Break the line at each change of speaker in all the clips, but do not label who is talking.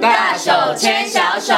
大手牵小手。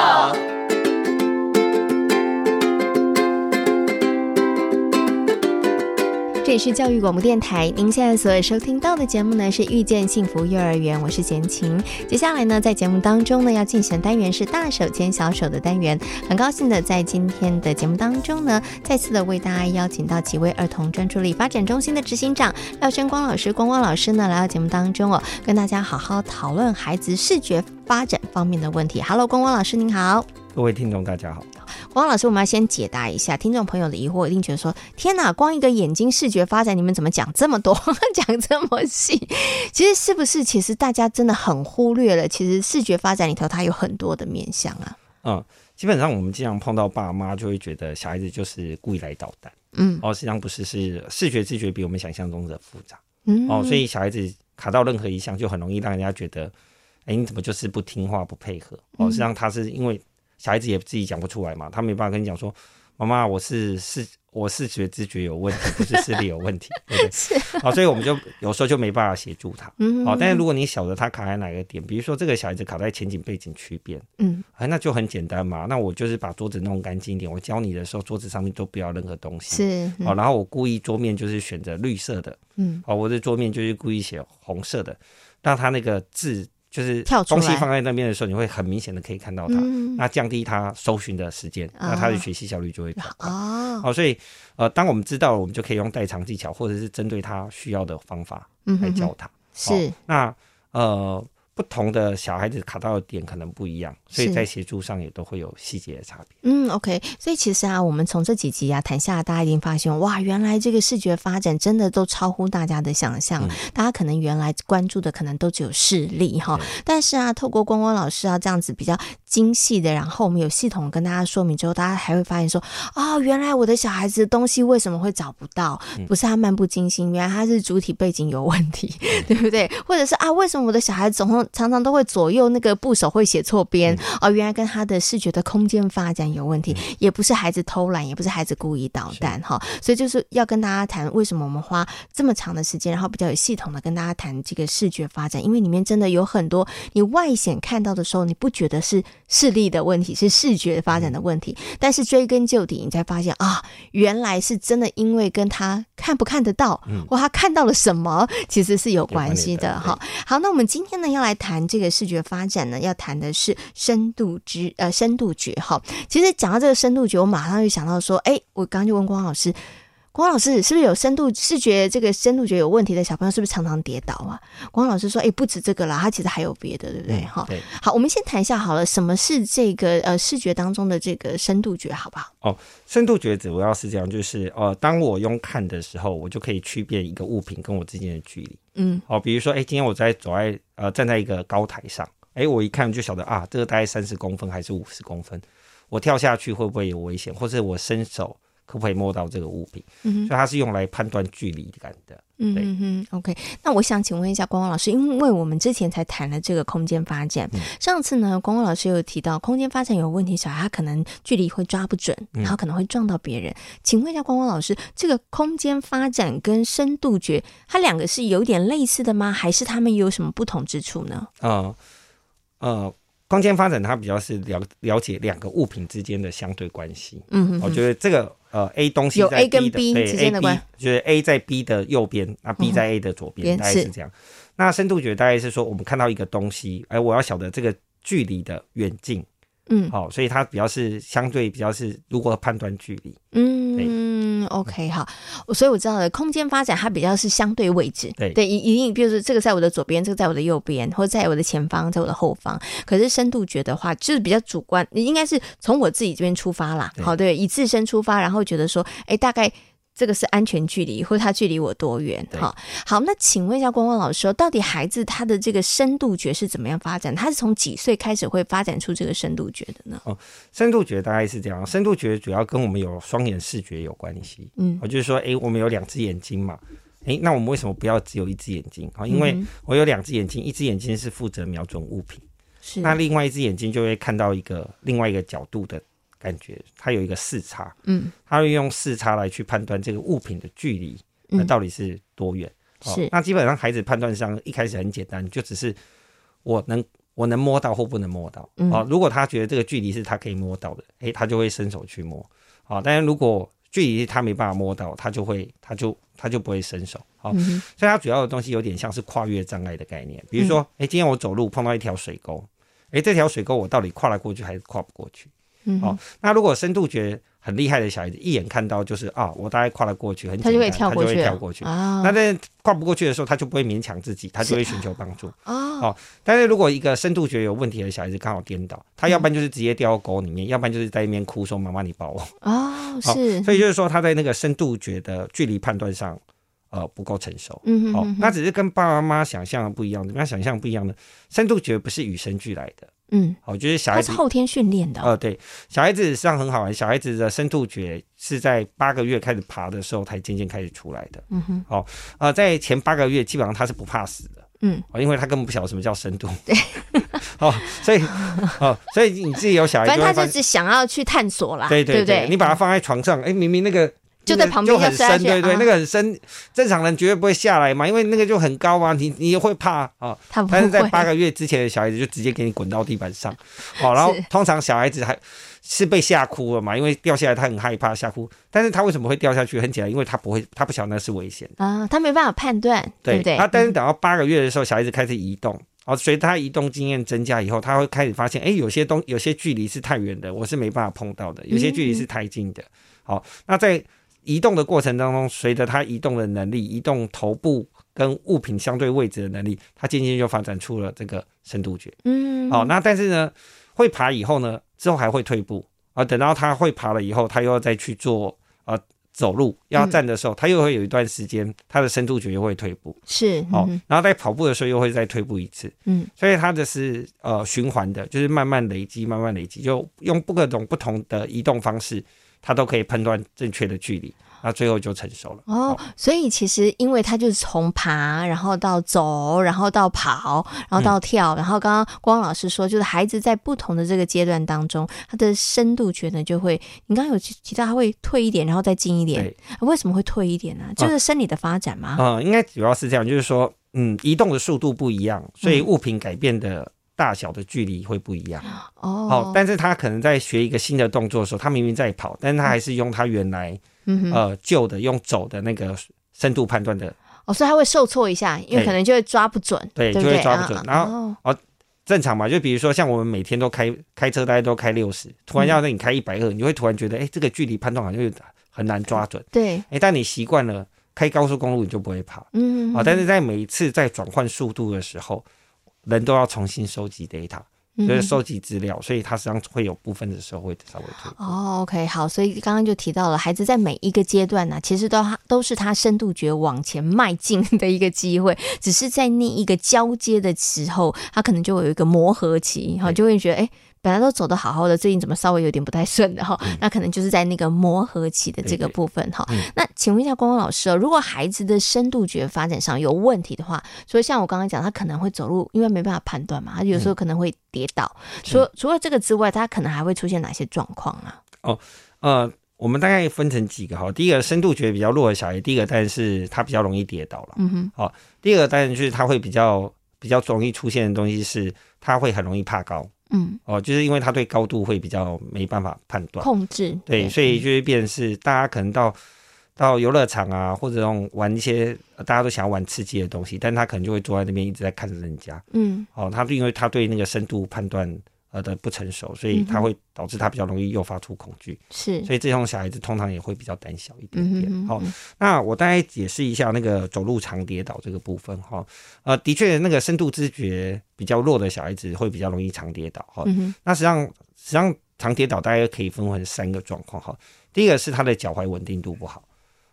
这里是教育广播电台，您现在所收听到的节目呢是《遇见幸福幼儿园》，我是贤琴。接下来呢，在节目当中呢要竞选单元是“大手牵小手”的单元。很高兴的在今天的节目当中呢，再次的为大家邀请到几位儿童专注力发展中心的执行长廖生光老师、光光老师呢来到节目当中哦， 跟大家好好讨论孩子视觉发展方面的问题。Hello，光光老师您好。
各位听众，大家好。
王老师，我们要先解答一下听众朋友的疑惑，一定觉得说：天哪，光一个眼睛视觉发展，你们怎么讲这么多， 讲这么细？其实是不是？其实大家真的很忽略了，其实视觉发展里头它有很多的面向啊。
嗯，基本上我们经常碰到爸妈就会觉得小孩子就是故意来捣蛋，
嗯
哦，实际上不是，是视觉知觉比我们想象中的复杂
嗯
哦，所以小孩子卡到任何一项就很容易让人家觉得，哎，你怎么就是不听话、不配合？
嗯
哦，实际上他是因为小孩子也自己讲不出来嘛，他没办法跟你讲说，妈妈，我是视我视觉知觉有问题，不是视力有 问题，对不对？
是
好、所以我们就有时候就没办法协助他。
嗯
好、哦但是如果你晓得他卡在哪个点，比如说这个小孩子卡在前景背景区边，
嗯
哎，那就很简单嘛。那我就是把桌子弄干净一点。我教你的时候，桌子上面都不要任何东西。
是
哦，然后我故意桌面就是选择绿色的，
嗯
哦，我的桌面就是故意写红色的，让它那个字就是
跳出
东西
来
放在那边的时候，你会很明显的可以看到它，
嗯啊
那降低它搜寻的时间，那它的学习效率就会高。
哦
哦，所以呃，当我们知道了，我们就可以用代偿技巧，或者是针对他需要的方法
嗯
来
哼
教
哼
他。
是
哎哦、那呃，不同的小孩子卡到的点可能不一样，所以
是
在协助上也都会有细节的差别。
嗯，OK，所以其实啊，我们从这几集啊谈下来，大家已经发现，哇，原来这个视觉发展真的都超乎大家的想象。大家可能原来关注的可能都只有视力哈，但是啊，透过光光老师啊这样子比较精细的，然后我们有系统跟大家说明之后，大家还会发现说，哦，原来我的小孩子东西为什么会找不到？不是他漫不经心，原来他是主体背景有问题，对不对？或者是啊，为什么我的小孩总会常常都会左右那个部首会写错边？哦，原来跟他的视觉的空间发展有问题，也不是孩子偷懒，也不是孩子故意捣蛋哈。所以就是要跟大家谈，为什么我们花这么长的时间，然后比较有系统的跟大家谈这个视觉发展，因为里面真的有很多你外显看到的时候，你不觉得是视力的问题，是视觉发展的问题，但是追根究底，你才发现啊，原来是真的因为跟他看不看得到，或他看到了什么，其实是有关系的
嗯有关联的
哈。好，那我们今天呢要来谈这个视觉发展呢，要谈的是深度知呃深度觉哈。其实讲到这个深度觉，我马上就想到说，哎，我刚刚就问光老师。光老师是不是有深度视觉这个深度觉有问题的小朋友，是不是常常跌倒啊？光老师说，哎，不止这个啦，他其实还有别的，对不对？哈、
嗯对
好，我们先谈一下好了，什么是这个呃视觉当中的这个深度觉，好不好？
深度觉主要是这样，就是呃，当我用看的时候，我就可以区别一个物品跟我之间的距离。
嗯
哦，比如说，哎，今天我在走在呃站在一个高台上，哎，我一看就晓得啊，这个大概三十公分还是五十公分，我跳下去会不会有危险，或者我伸手可不可以摸到这个物品？
嗯
所以它是用来判断距离感的。
嗯
对
嗯嗯，OK。那我想请问一下光光老师，因为我们之前才谈了这个空间发展，上次呢，光光老师有提到空间发展有问题，小孩他可能距离会抓不准，然后可能会撞到别人。请问一下光光老师，这个空间发展跟深度觉，它两个是有点类似的吗？还是他们有什么不同之处呢？
呃呃，空间发展它比较是了了解两个物品之间的相对关系。
嗯嗯
我觉得这个呃 A 东西
有
在
A 跟
B
B
的
之
对
间
A
的
B
关
就是 A 在 B 的右边，那 B 在 A 的左边，
嗯
大概是
是
这样。那深度学大概是说，我们看到一个东西，哎，我要晓得这个距离的远近，
嗯
好、所以它比较是相对比较是如何判断距离，
嗯，OK，好，我所以我知道了，空间发展它比较是相对位置，
对
对，一一定，比如说这个在我的左边，这个在我的右边，或者在我的前方，在我的后方。可是深度觉的话，就是比较主观，应该是从我自己这边出发啦，
对
好，对，以自身出发，然后觉得说，哎，大概。这个是安全距离，或者它距离我多远？
对
好，好，那请问一下光光老师哦，到底孩子他的这个深度觉是怎么样发展？他是从几岁开始会发展出这个深度觉的
哦
呢？
深度觉大概是这样，深度觉主要跟我们有双眼视觉有关系。
嗯
我就是说，诶，我们有两只眼睛嘛，诶，那我们为什么不要只有一只眼睛？好，因为我有两只眼睛，一只眼睛是负责瞄准物品，
是，
那另外一只眼睛就会看到一个另外一个角度的感觉，它有一个视差，
嗯，
它会用视差来去判断这个物品的距离，
嗯
那到底是多远？哦
是
那基本上孩子判断上一开始很简单，就只是我能。我能摸到或不能摸到。
嗯
哦，如果他觉得这个距离是他可以摸到的，诶，他就会伸手去摸。好、但是如果距离他没办法摸到，他就会，他就他就不会伸手。哦好、
嗯
所以它主要的东西有点像是跨越障碍的概念。比如说，诶，今天我走路碰到一条水沟，诶，这条水沟我到底跨得过去还是跨不过去？
嗯
哦，那如果深度觉很厉害的小孩子，一眼看到就是啊，我大概跨得过去，很简
他
单，
就可以跳过
他
去
就
了，
会跳过去。
啊，
那在跨不过去的时候，他就不会勉强自己，他就会寻求帮助。
哦，
但是如果一个深度觉有问题的小孩子刚好颠倒，他要不然就是直接掉到沟里面，要不然就是在那边哭说：“妈妈，你抱我。
哦，
好
是，
所以就是说他在那个深度觉的距离判断上，呃，不够成熟。
嗯
哦
哼，
那只是跟爸爸妈妈想象的不一样，怎么样想象不一样呢？深度觉不是与生俱来的，
嗯，
哦，就是小
他
孩
是
子
后天训练的哦，
呃，对，小孩子实际上很好玩。小孩子的深度觉是在八个月开始爬的时候才渐渐开始出来的。
嗯哼，
呃，在前八个月基本上他是不怕死的。
嗯
哦，因为他根本不晓得什么叫深度。 对。哦，所以哦，所以你自己有小孩
反
就
正
会
他
发
就
现。
是想要去探索啦，
对
对嗯
对
不对？
你把它放在床上，哎，明明那个
就
那
在
个
旁
就
边
很
就摔下
深，
去
对对，
啊
那个很深，正常人绝对不会下来嘛，因为那个就很高啊，你你也会怕啊。 哦
他不
但是在八
会，
个月之前的小孩子就直接给你滚到地板上，好、然后
是
通常小孩子还是被吓哭了嘛，因为掉下来他很害怕吓哭，但是他为什么会掉下去？很简单，因为他不会，他不晓得那是危险，
啊，他没办法判断，对不对？嗯
他但是等到八个月的时候，小孩子开始移动。哦，随着他移动经验增加以后，他会开始发现，哎，有些东有些距离是太远的，我是没办法碰到的；有些距
嗯
离是太近的。好、那在移动的过程当中，随着他移动的能力，移动头部跟物品相对位置的能力，他渐渐就发展出了这个深度觉。
嗯，
哦，那但是呢，会爬以后呢，之后还会退步啊、等到他会爬了以后，他又要再去做呃走路，要
嗯
站的时候，他又会有一段时间，他的深度觉又会退步。
是
哦，
嗯
然后在跑步的时候又会再退步一次，
嗯，
所以它的是呃循环的，就是慢慢累积，慢慢累积，就用各种不同的移动方式，它都可以判断正确的距离，那最后就成熟了。
哦，所以其实因为他就是从爬，然后到走，然后到跑，然后
嗯
到跳，然后刚刚光老师说，就是孩子在不同的这个阶段当中，他的深度觉呢就会，你刚刚有提提到他会退一点，然后再近一点
对，
啊为什么会退一点呢、
啊
就是生理的发展嘛。
嗯、应该主要是这样，就是说，嗯，移动的速度不一样，所以
嗯
物品改变的大小的距离会不一样。哦
哦，，
但是他可能在学一个新的动作的时候，他明明在跑，但是他还是用他原来
嗯哼，
呃旧的用走的那个深度判断的
哦，所以他会受挫一下，因为
对
可能就会抓不准，
哎对
不
就会
对？
抓不准
啊
然后
哦
正常嘛，就比如说像我们每天都开开车，大家都开六十，突
嗯
然要让你开一百二，你会突然觉得，哎、这个距离判断好像有点很难抓准。
对，
哎、但你习惯了开高速公路，你就不会怕啊、
嗯，
但是在每一次在转换速度的时候，人都要重新收集 data，就是
嗯
收集资料，所以它实际上会有部分的时候会稍微退步。
哦，OK，好，所以刚刚就提到了，孩子在每一个阶段呢、其实都他都是他深度觉往前迈进的一个机会，只是在那一个交接的时候，他可能就会有一个磨合期，哈，
对
就会觉得哎。诶本来都走得好好的，最近怎么稍微有点不太顺的哈？那可能就是在那个磨合期的这个
嗯对对
部分哈。
嗯
那请问一下光光老师哦，如果孩子的深度觉发展上有问题的话，所以像我刚刚讲，他可能会走路，因为没办法判断嘛，他有
嗯
时候可能会跌倒。除除了这个之外，他可能还会出现哪些状况啊？
呃，我们大概分成几个哈，第一个深度觉比较弱的小孩，第一个当然是他比较容易跌倒了。
嗯哼，
第二个当然就是他会比较比较容易出现的东西是，他会很容易怕高
嗯，
哦，就是因为他对高度会比较没办法判断，
控制嗯
对，所以就会变成是大家可能到到游乐场啊，或者那种玩一些呃大家都想要玩刺激的东西，但他可能就会坐在那边一直在看着人家
嗯
哦，他就因为他对那个深度判断。呃的不成熟，
嗯
所以他会导致他比较容易诱发出恐惧，
是
所以这种小孩子通常也会比较胆小一点
嗯
点。
哼
好、
哼
那我大概解释一下那个走路常跌倒这个部分哈、呃，的确那个深度知觉比较弱的小孩子会比较容易常跌倒哈、
嗯哼
那实际上实际上常跌倒大概可以分为三个状况哈、第一个是他的脚踝稳定度不好，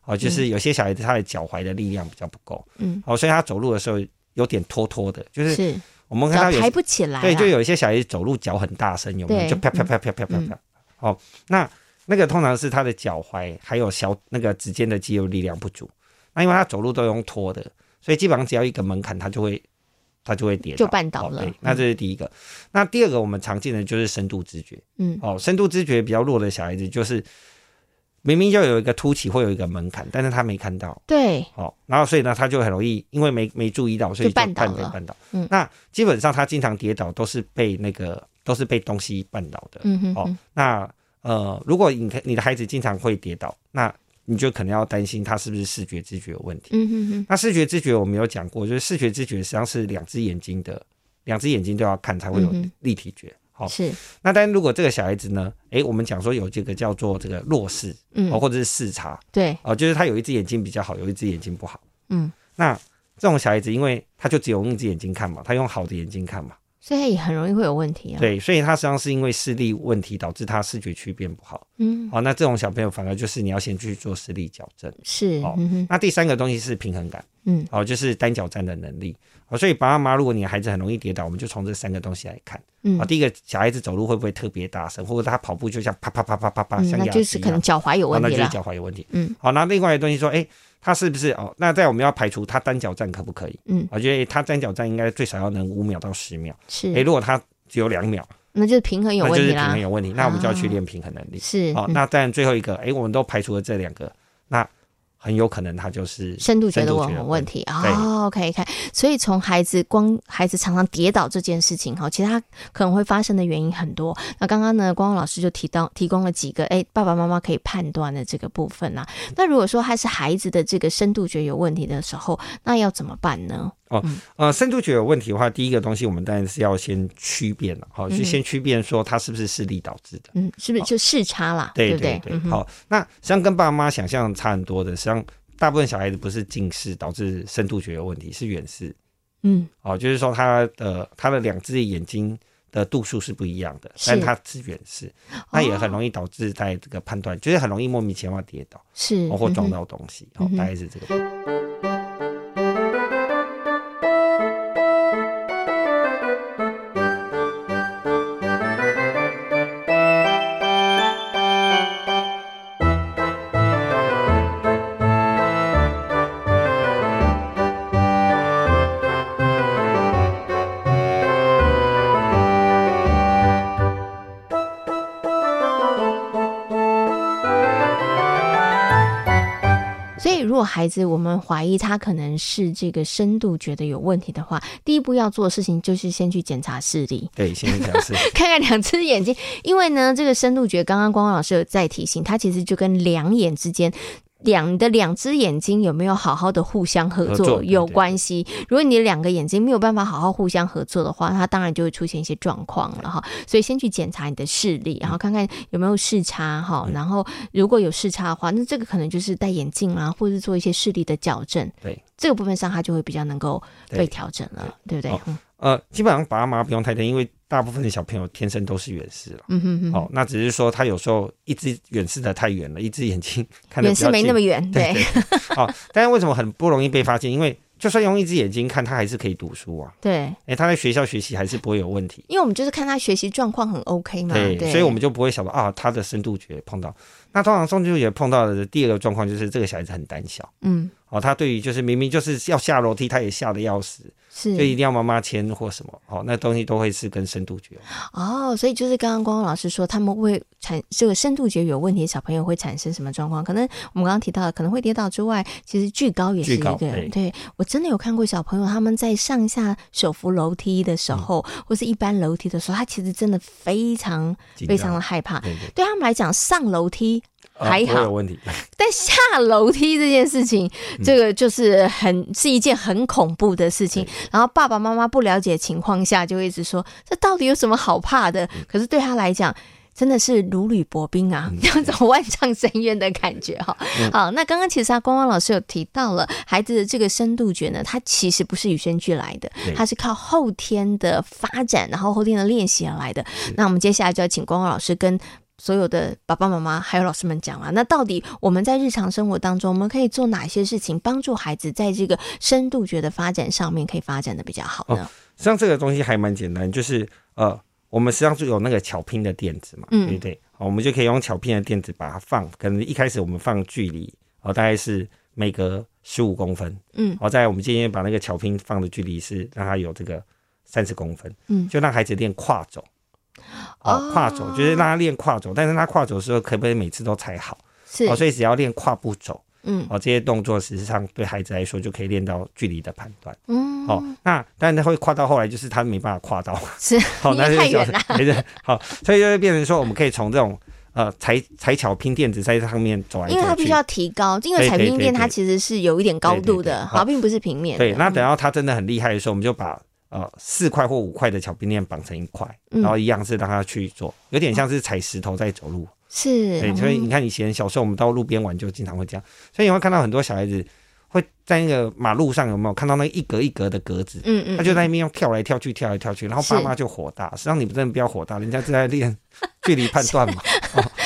哦、就是有些小孩子他的脚踝的力量比较不够，
嗯
哦，所以他走路的时候有点拖拖的，就是
是
我们看
脚
到有
抬不起来啦，
对，就有一些小孩子走路脚很大声，有没
对嗯
有？就啪啪啪啪啪啪啪。哦，那那个通常是他的脚踝还有小那个指尖的肌肉力量不足。那因为他走路都用拖的，所以基本上只要一个门槛，他就会他就会跌倒，
就绊倒了
哦对
嗯，
那这是第一个。那第二个我们常见的就是深度知觉。
嗯
哦，深度知觉比较弱的小孩子就是。明明就有一个凸起，会有一个门槛，但是他没看到，
对，
哦，然后所以呢，他就很容易因为没没注意到，所以
就绊倒
倒
了
绊倒。
嗯
那基本上他经常跌倒都是被那个都是被东西绊倒的。
嗯哼
哦
哼，
那呃，如果你你的孩子经常会跌倒，那你就可能要担心他是不是视觉知觉有问题。
嗯哼哼，
那视觉知觉我们有讲过，就是视觉知觉实际上是两只眼睛的，两只眼睛都要看才会有
嗯哼
立体觉。好、
是，
那但如果这个小孩子呢，诶，我们讲说有这个叫做这个弱视
嗯
哦，，或者是视差
对，
哦，就是他有一只眼睛比较好，有一只眼睛不好。
嗯，
那这种小孩子，因为他就只有用一只眼睛看嘛，他用好的眼睛看嘛，
所以也很容易会有问题啊。，
对，所以他实际上是因为视力问题导致他视觉区变不好。
嗯，
好、那这种小朋友反而就是你要先去做视力矫正。
是，
好
嗯哼，
那第三个东西是平衡感，
嗯，
哦，就是单脚站的能力。哦，所以爸爸妈妈，如果你的孩子很容易跌倒，我们就从这三个东西来看。
嗯
啊、第一个，小孩子走路会不会特别大声，或者他跑步就像啪啪啪啪啪啪，
嗯，
像
那
哑
就是
鸡一
可
样
能脚踝有
哦
问
那
题
就是
了。
脚踝有问题。
嗯，
好，那另外一个东西说，哎、他是不是哦？那在我们要排除他单脚站可不可以？
嗯，
我觉得他单脚站应该最少要能五秒到十秒。哎、
是，
如果他只有两秒，
那就是平衡有
那就
问
是
题
平
啦
衡。有问题，那我们就要去
啊
练平衡能力。
是，
哦，
嗯
那当然最后一个，哎、我们都排除了这两个，那很有可能他就是
深度觉得我
觉
有问题
对
哦，OK，看，所以从孩子光孩子常常跌倒这件事情哈，其实他可能会发生的原因很多。那刚刚呢，光光老师就提到提供了几个，哎，爸爸妈妈可以判断的这个部分啦、那如果说还是孩子的这个深度觉有问题的时候，那要怎么办呢？
呃，深度觉有问题的话，第一个东西我们当然是要先区辨了，好、
嗯
就先区辨说他是不是视力导致的。
嗯，是不是就视差啦？
哦对
不
对
嗯哼
好、那实际上跟爸妈想象差很多的，实际上大部分小孩子不是近视导致深度觉有问题，是远视。
嗯，
哦，就是说他的他的两只眼睛的度数是不一样的，
是
但他是远视，那也很容易导致在这个判断，就是很容易莫名其妙跌倒，
是
哦、或撞
嗯哼
到东西，哦
嗯，哼
大概是这个。
所以，如果孩子我们怀疑他可能是这个深度觉得有问题的话，第一步要做的事情就是先去检查视力，
对，先讲是
看看两只眼睛，因为呢，这个深度觉刚刚光光老师有在提醒，它其实就跟两眼之间。两你的两只眼睛有没有好好的互相合
合
作
作对
有
对
关系。如果你的两个眼睛没有办法好好互相合作的话，它当然就会出现一些状况了哈。所以先去检查你的视力，然后看看有没有视差哈。然后如果有视差的话，那这个可能就是戴眼镜啊，或者是做一些视力的矫正。
对，
这个部分上它就会比较能够被
对
调整了，对不对
哦？
嗯
呃，基本上爸妈不用太担心，因为大部分的小朋友天生都是远视了。
嗯哼哼，
哦，那只是说他有时候一只远视的太远了，一只眼睛看得
远
比
视
较
没
近
那么远，
对对哦，但是为什么很不容易被发现？因为就算用一只眼睛看，他还是可以读书啊。
对。
诶，他在学校学习还是不会有问题。
因为我们就是看他学习状况很 OK 嘛，
对，
对，
所以我们就不会想到啊，他的深度觉碰到。那通常深度觉碰到的第二个状况就是这个小孩子很胆小
嗯
哦，他对于就是明明就是要下楼梯，他也吓得要死，
是
就一定要妈妈牵或什么哦，那东西都会是跟深度觉有关。
哦，所以就是刚刚光光老师说他们会产这个深度觉有问题，小朋友会产生什么状况？可能我们刚刚提到的，可能会跌倒之外，其实巨高也是一
巨高
个。
对
我真的有看过小朋友他们在上下手扶楼梯的时候，或是一般楼梯的时候，他其实真的非常
紧
非
张
常的害怕。
对对，
对他们来讲，上楼梯
啊
还
不会
好
有问题。
但下楼梯这件事情，
嗯
这个就是很是一件很恐怖的事情
对。
然后爸爸妈妈不了解情况下，就会一直说这到底有什么好怕的？
嗯
可是对他来讲。真的是如履薄冰啊，有种万丈深渊的感觉哈、
嗯
好，那刚刚其实啊，光光老师有提到了孩子的这个深度觉呢，它其实不是与生俱来的，
对
它是靠后天的发展，然后后天的练习而来的。那我们接下来就要请光光老师跟所有的爸爸妈妈还有老师们讲啊，那到底我们在日常生活当中，我们可以做哪些事情帮助孩子在这个深度觉的发展上面可以发展的比较好呢？
实际上这个东西还蛮简单，就是呃，我们实际上就有那个巧拼的垫子嘛，
嗯
对不对？哦好，我们就可以用巧拼的垫子把它放，可能一开始我们放距离哦，大概是每隔十五公分，
嗯
好，再来我们今天把那个巧拼放的距离是让它有这个三十公分，
嗯
就让孩子练跨走，
哦
跨走就是让他练跨走，但是他跨走的时候可不可以每次都踩好？
是
哦，所以只要练跨步走，
嗯
哦，这些动作实际上对孩子来说就可以练到距离的判断。
嗯，
哦，那但是会跨到后来就是他没办法跨到，
是，
好、
因
那
为
就
太
是小
远了，
没事，好，所以就会变成说我们可以从这种呃裁裁巧拼电子在上面走来走去。
因为它必须要提高，因为
对
彩
对
冰
对
店它
对
其实是有一点高
对对
度
对
的，
好
好，并不是平面的。嗯
对，那等到他真的很厉害的时候，我们就把呃四块或五块的巧拼链绑成一块，
嗯
然后一样是让他去做，有点像是踩石头在走路。
是，
对，所以你看以前小时候我们到路边玩就经常会这样，所以你会看到很多小孩子会在那个马路上有没有看到那一格一格的格子，
嗯嗯，
他就在那边用跳来跳去，跳来跳去，然后
是
爸妈就火大。实际上你们真的不要火大，人家是在练距离判断嘛，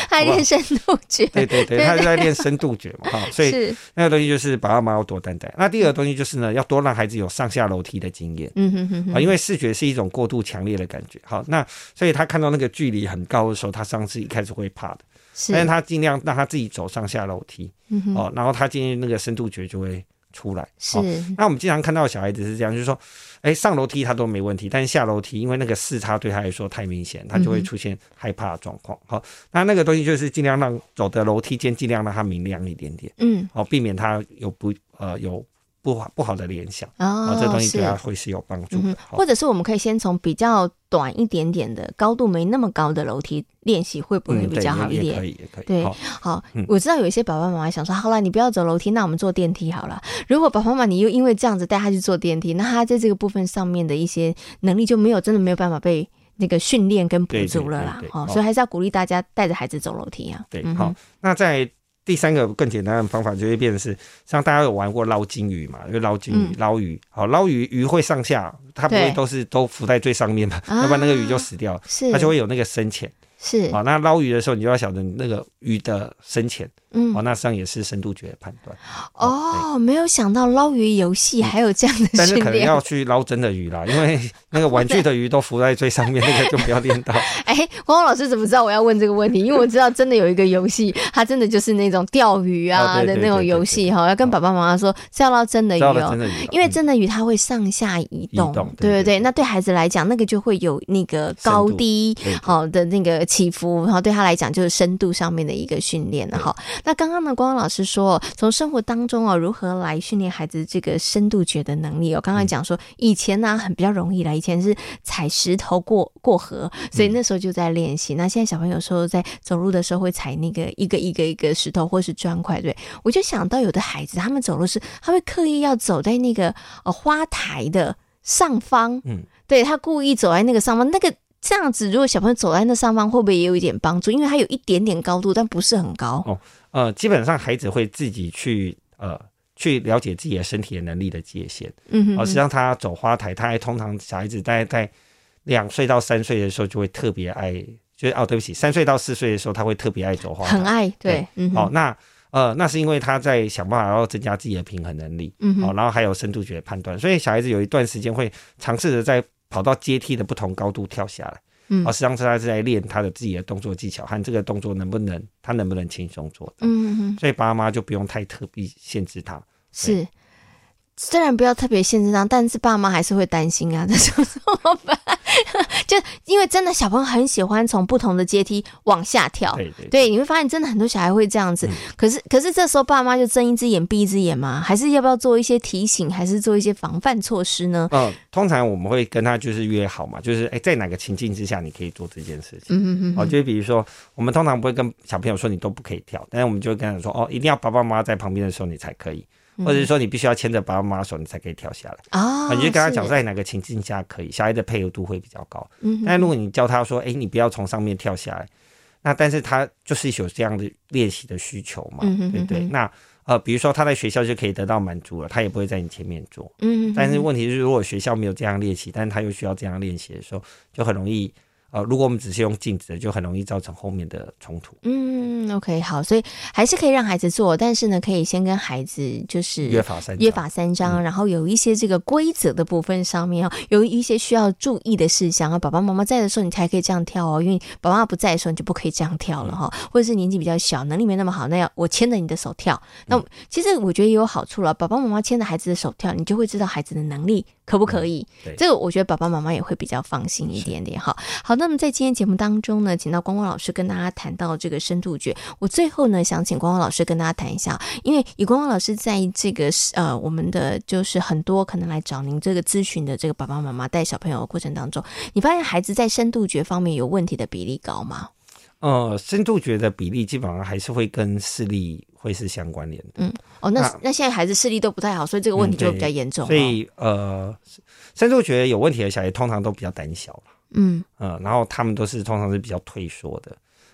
还练深度觉，
对对对，他是在练深度觉嘛，哈、所以
是，
那个东西就是爸爸妈妈要多担待。那第二个东西就是呢，要多让孩子有上下楼梯的经验。
嗯哼哼哼，
啊，因为视觉是一种过度强烈的感觉，好，那所以他看到那个距离很高的时候，他上次一开始会怕的，
是，
但是他尽量让他自己走上下楼梯，
嗯哼
哦，然后他今天那个深度觉就会出来。好，
是，
那我们经常看到小孩子是这样，就是说，哎，上楼梯他都没问题，但是下楼梯因为那个视差对他来说太明显，他就
嗯
会
哼
出现害怕的状况。好，那那个东西就是尽量让走的楼梯间尽量让它明亮一点点，
嗯，
好，避免他有不呃有不好不好的联想。
哦
啊，，这东西
是
对他会是有帮
嗯
助的
哼。，
好
或者是我们可以先从比较短一点点的高度没那么高的楼梯练习，会不会
嗯，
比
对，
较好一
也也可
点？
以，也可以。
对
好
好
嗯，
我知道有一些爸爸妈妈想说，好了，你不要走楼梯，那我们坐电梯好了。如果爸爸妈妈你又因为这样子带他去坐电梯，那他在这个部分上面的一些能力就没有真的没有办法被那个训练跟补
对对
足了啦
对。对
哦，
好
所以还是要鼓励大家带着孩子走楼梯啊。
对，
嗯
好、
哼，
那在第三个更简单的方法，就会变成是，像大家有玩过捞金鱼嘛，就捞金鱼、
嗯
捞鱼，好，捞鱼鱼会上下，它不
对啊
会都是都浮在最上面嘛，要不然那个鱼就死掉了。
是，
它就会嗯有那个深浅，
是，
好，那捞鱼的时候，你就要晓得你那个鱼的深浅，
嗯
哦，，那实际上也是深度觉的判断，
哦，没有想到捞鱼游戏还有这样的
嗯但 是
训
可能
练。
要去捞真的鱼啦，因为那个玩具的鱼都浮在最上面，那个就不要练 到。
哎，黄黄老师怎么知道我要问这个问题？因为我知道真的有一个游戏，它真的就是那种钓鱼啊
哦对
的
对啊
那种游戏哈，要跟爸爸妈妈说是要捞真的鱼
捞了真
哦。
的鱼啦，
因为
嗯
真的鱼它会上下移动，
移动
对
对
对
对
对，那对孩子来讲，那个就会有那个高低
对对
好的那个起伏，然后对他来讲就是深度上面的一个训练了哈。那刚刚呢，光光老师说，从生活当中哦，如何来训练孩子这个深度觉的能力哦。刚刚讲说，以前呢、很比较容易啦，以前是踩石头过过河，所以那时候就在练习。那现在小朋友有时候在走路的时候会踩那个一个一个一个石头或是砖块，对我就想到有的孩子他们走路是他会刻意要走在那个呃花台的上方，
嗯，
对他故意走在那个上方那个。这样子，如果小朋友走在那上方，会不会也有一点帮助？因为他有一点点高度，但不是很高。
呃，基本上孩子会自己去呃去了解自己的身体的能力的界限。
嗯哼
哦、
哼，
实际上他走花台，他还通常小孩子大概在两岁到三岁的时候就会特别爱，就是哦，对不起，三岁到四岁的时候他会特别爱走花台。
很爱，对
对，
嗯
哦
哼，，
那呃，那是因为他在想办法要增加自己的平衡能力，
嗯
哦，
哼，
然后还有深度觉判断，所以小孩子有一段时间会尝试着在跑到阶梯的不同高度跳下来。
嗯
哦，实际上是他是在练他的自己的动作技巧和这个动作能不能他能不能轻松做到。
嗯哼，
所以爸妈就不用太特别限制他。
是。虽然不要特别限制他，但是爸妈还是会担心啊，这时候怎么办？就因为真的小朋友很喜欢从不同的阶梯往下跳，
对嗯对
哦对，你会发现真的很多小孩会这样子。可是可是这时候爸妈就睁一只眼闭一只眼嘛，还是要不要做一些提醒，还是做一些防范措施呢？
嗯、通常我们会跟他就是约好嘛，就是哎，在哪个情境之下你可以做这件事情。
嗯嗯
哦，就比如说，我们通常不会跟小朋友说你都不可以跳，但是我们就会跟他说，哦，一定要爸爸妈妈在旁边的时候你才可以，或者是说你必须要牵着爸爸妈妈的手你才可以跳下来。
嗯啊，
啊，你就跟他讲
是，
在哪个情境下可以，小孩的配合度会比较高。
嗯哼
但如果你教他说，哎、你不要从上面跳下来，那但是他就是有这样的练习的需求嘛，
嗯哼
对不对？
嗯哼
那呃，比如说他在学校就可以得到满足了，他也不会在你前面做。
嗯，
但是问题是，如果学校没有这样练习，但是他又需要这样练习的时候，就很容易呃，如果我们只是用镜子的，就很容易造成后面的冲突。
嗯，OK，好，所以还是可以让孩子做，但是呢，可以先跟孩子就是
约法三章嗯
约法三章，然后有一些这个规则的部分上面哦，有一些需要注意的事项啊。爸爸妈妈在的时候，你才可以这样跳哦，因为爸爸妈妈不在的时候，你就不可以这样跳
嗯
了哈、或者是年纪比较小，能力没那么好，那要我牵着你的手跳。那、
嗯
其实我觉得也有好处了，爸爸妈妈牵着孩子的手跳，你就会知道孩子的能力可不可以。
嗯对
这个我觉得爸爸妈妈也会比较放心一点点哈。好，那么在今天节目当中呢，请到光光老师跟大家谈到这个深度觉。我最后呢，想请光光老师跟大家谈一下，因为以光光老师在这个呃我们的就是很多可能来找您这个咨询的这个爸爸妈妈带小朋友的过程当中，你发现孩子在深度觉方面有问题的比例高吗？
呃，深度觉的比例基本上还是会跟视力会是相关联的。
哦，那
那嗯
那现在孩子视力都不太好，所以这个问题就会比较严重、哦
所以呃，深度觉有问题的小孩通常都比较胆小啦
嗯
嗯，然后他们都是通常是比较退缩的。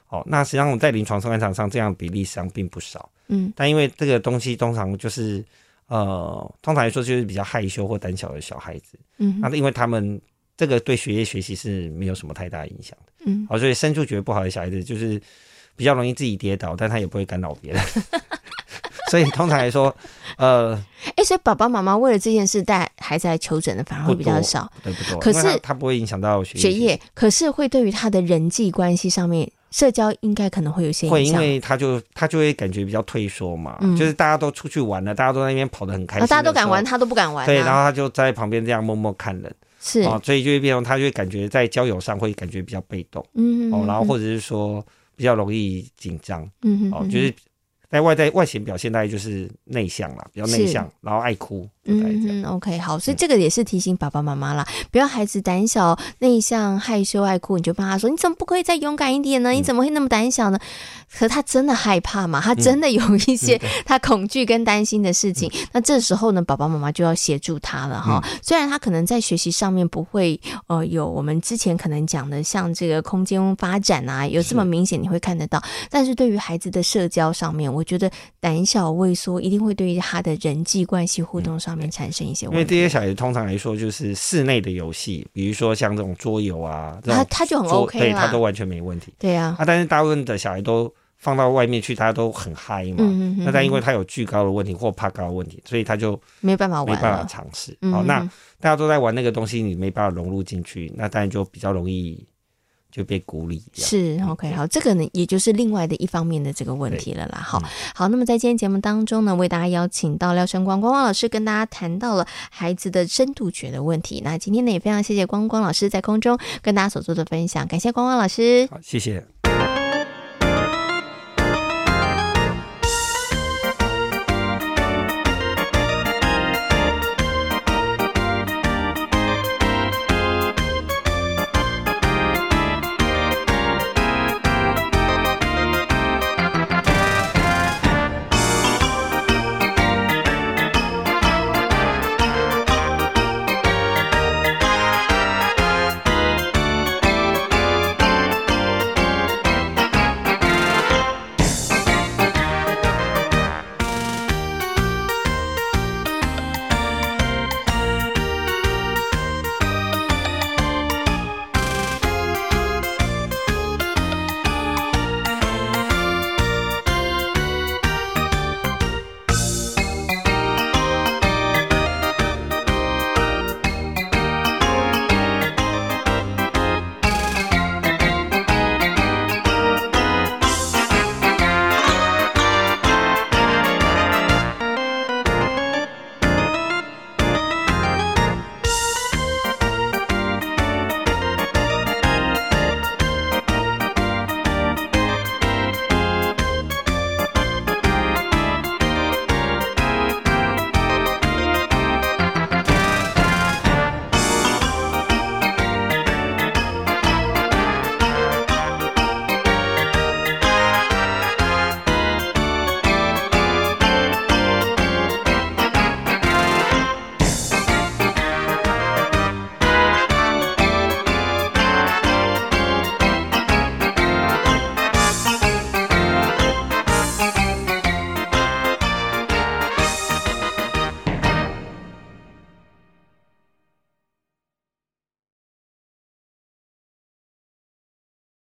哦，那实际上在临床生观察上，这样比例实际上并不少。
嗯
但因为这个东西通常就是呃，通常来说就是比较害羞或胆小的小孩子，
嗯
那、因为他们这个对学业学习是没有什么太大影响的。哦
嗯，
好，所以深度觉不好的小孩子就是比较容易自己跌倒，但他也不会干扰别人。 所以通常来说，呃，
哎、所以爸爸妈妈为了这件事带孩子来求诊的反而会比较少，
对不多，
可是
因为他他不会影响到学
学
习
业，可是会对于他的人际关系上面，社交应该可能会有一些
会
影
因
响。
为他就他就会感觉比较退缩嘛，
嗯
就是大家都出去玩了，大家都在那边跑得很开
啊，
心，
大家都敢玩，，他都不敢玩、啊。
对，然后他就在旁边这样默默看人，
是，
哦，所以就会变成他就会感觉在交友上会感觉比较被动，
嗯，
哦，然后或者是说比较容易紧张，
嗯，嗯
哦，就是在外在外显表现大概就是内向啦，比较内
是
向，然后爱哭，就大概这
嗯
样。
嗯，OK，好，所以这个也是提醒爸爸妈妈啦，不要孩子胆小、内向、害羞、爱哭，你就帮他说，你怎么不可以再勇敢一点
嗯
呢？你怎么会那么胆小呢？可他真的害怕嘛？他
嗯
真的有一 些他恐惧跟担心的事情，
嗯
那这时候呢，爸爸妈妈就要协助他了哈。虽然他可能在学习上面不会呃有我们之前可能讲的像这个空间发展啊，有这么
是
明显你会看得到，但是对于孩子的社交上面，我觉得胆小畏缩一定会对于他的人际关系互动上面产生一些
因为
问
这
题。
些小孩通常来说就是室内的游戏，比如说像这种桌游啊，这
他
种
他就很
桌
OK
对他都
啦，
完全没问题。
对呀、啊，
啊，但是大部分的小孩都放到外面去，他都很嗨嘛。
嗯嗯嗯
那但因为他有惧高的问题或怕高的问题，所以他就
没办法
没
玩
办法
了。
尝试。
嗯
好、那
嗯
大家都在玩那个东西，你没办法融入进去，那当然就比较容易就被孤立这样。
是 OK，好，这个呢，也就是另外的一方面的这个问题了啦。好，好，那么在今天节目当中呢，为大家邀请到廖生光光光老师跟大家谈到了孩子的深度觉的问题。那今天呢，也非常谢谢光光老师在空中跟大家所做的分享，感谢光光老师。
好，谢谢。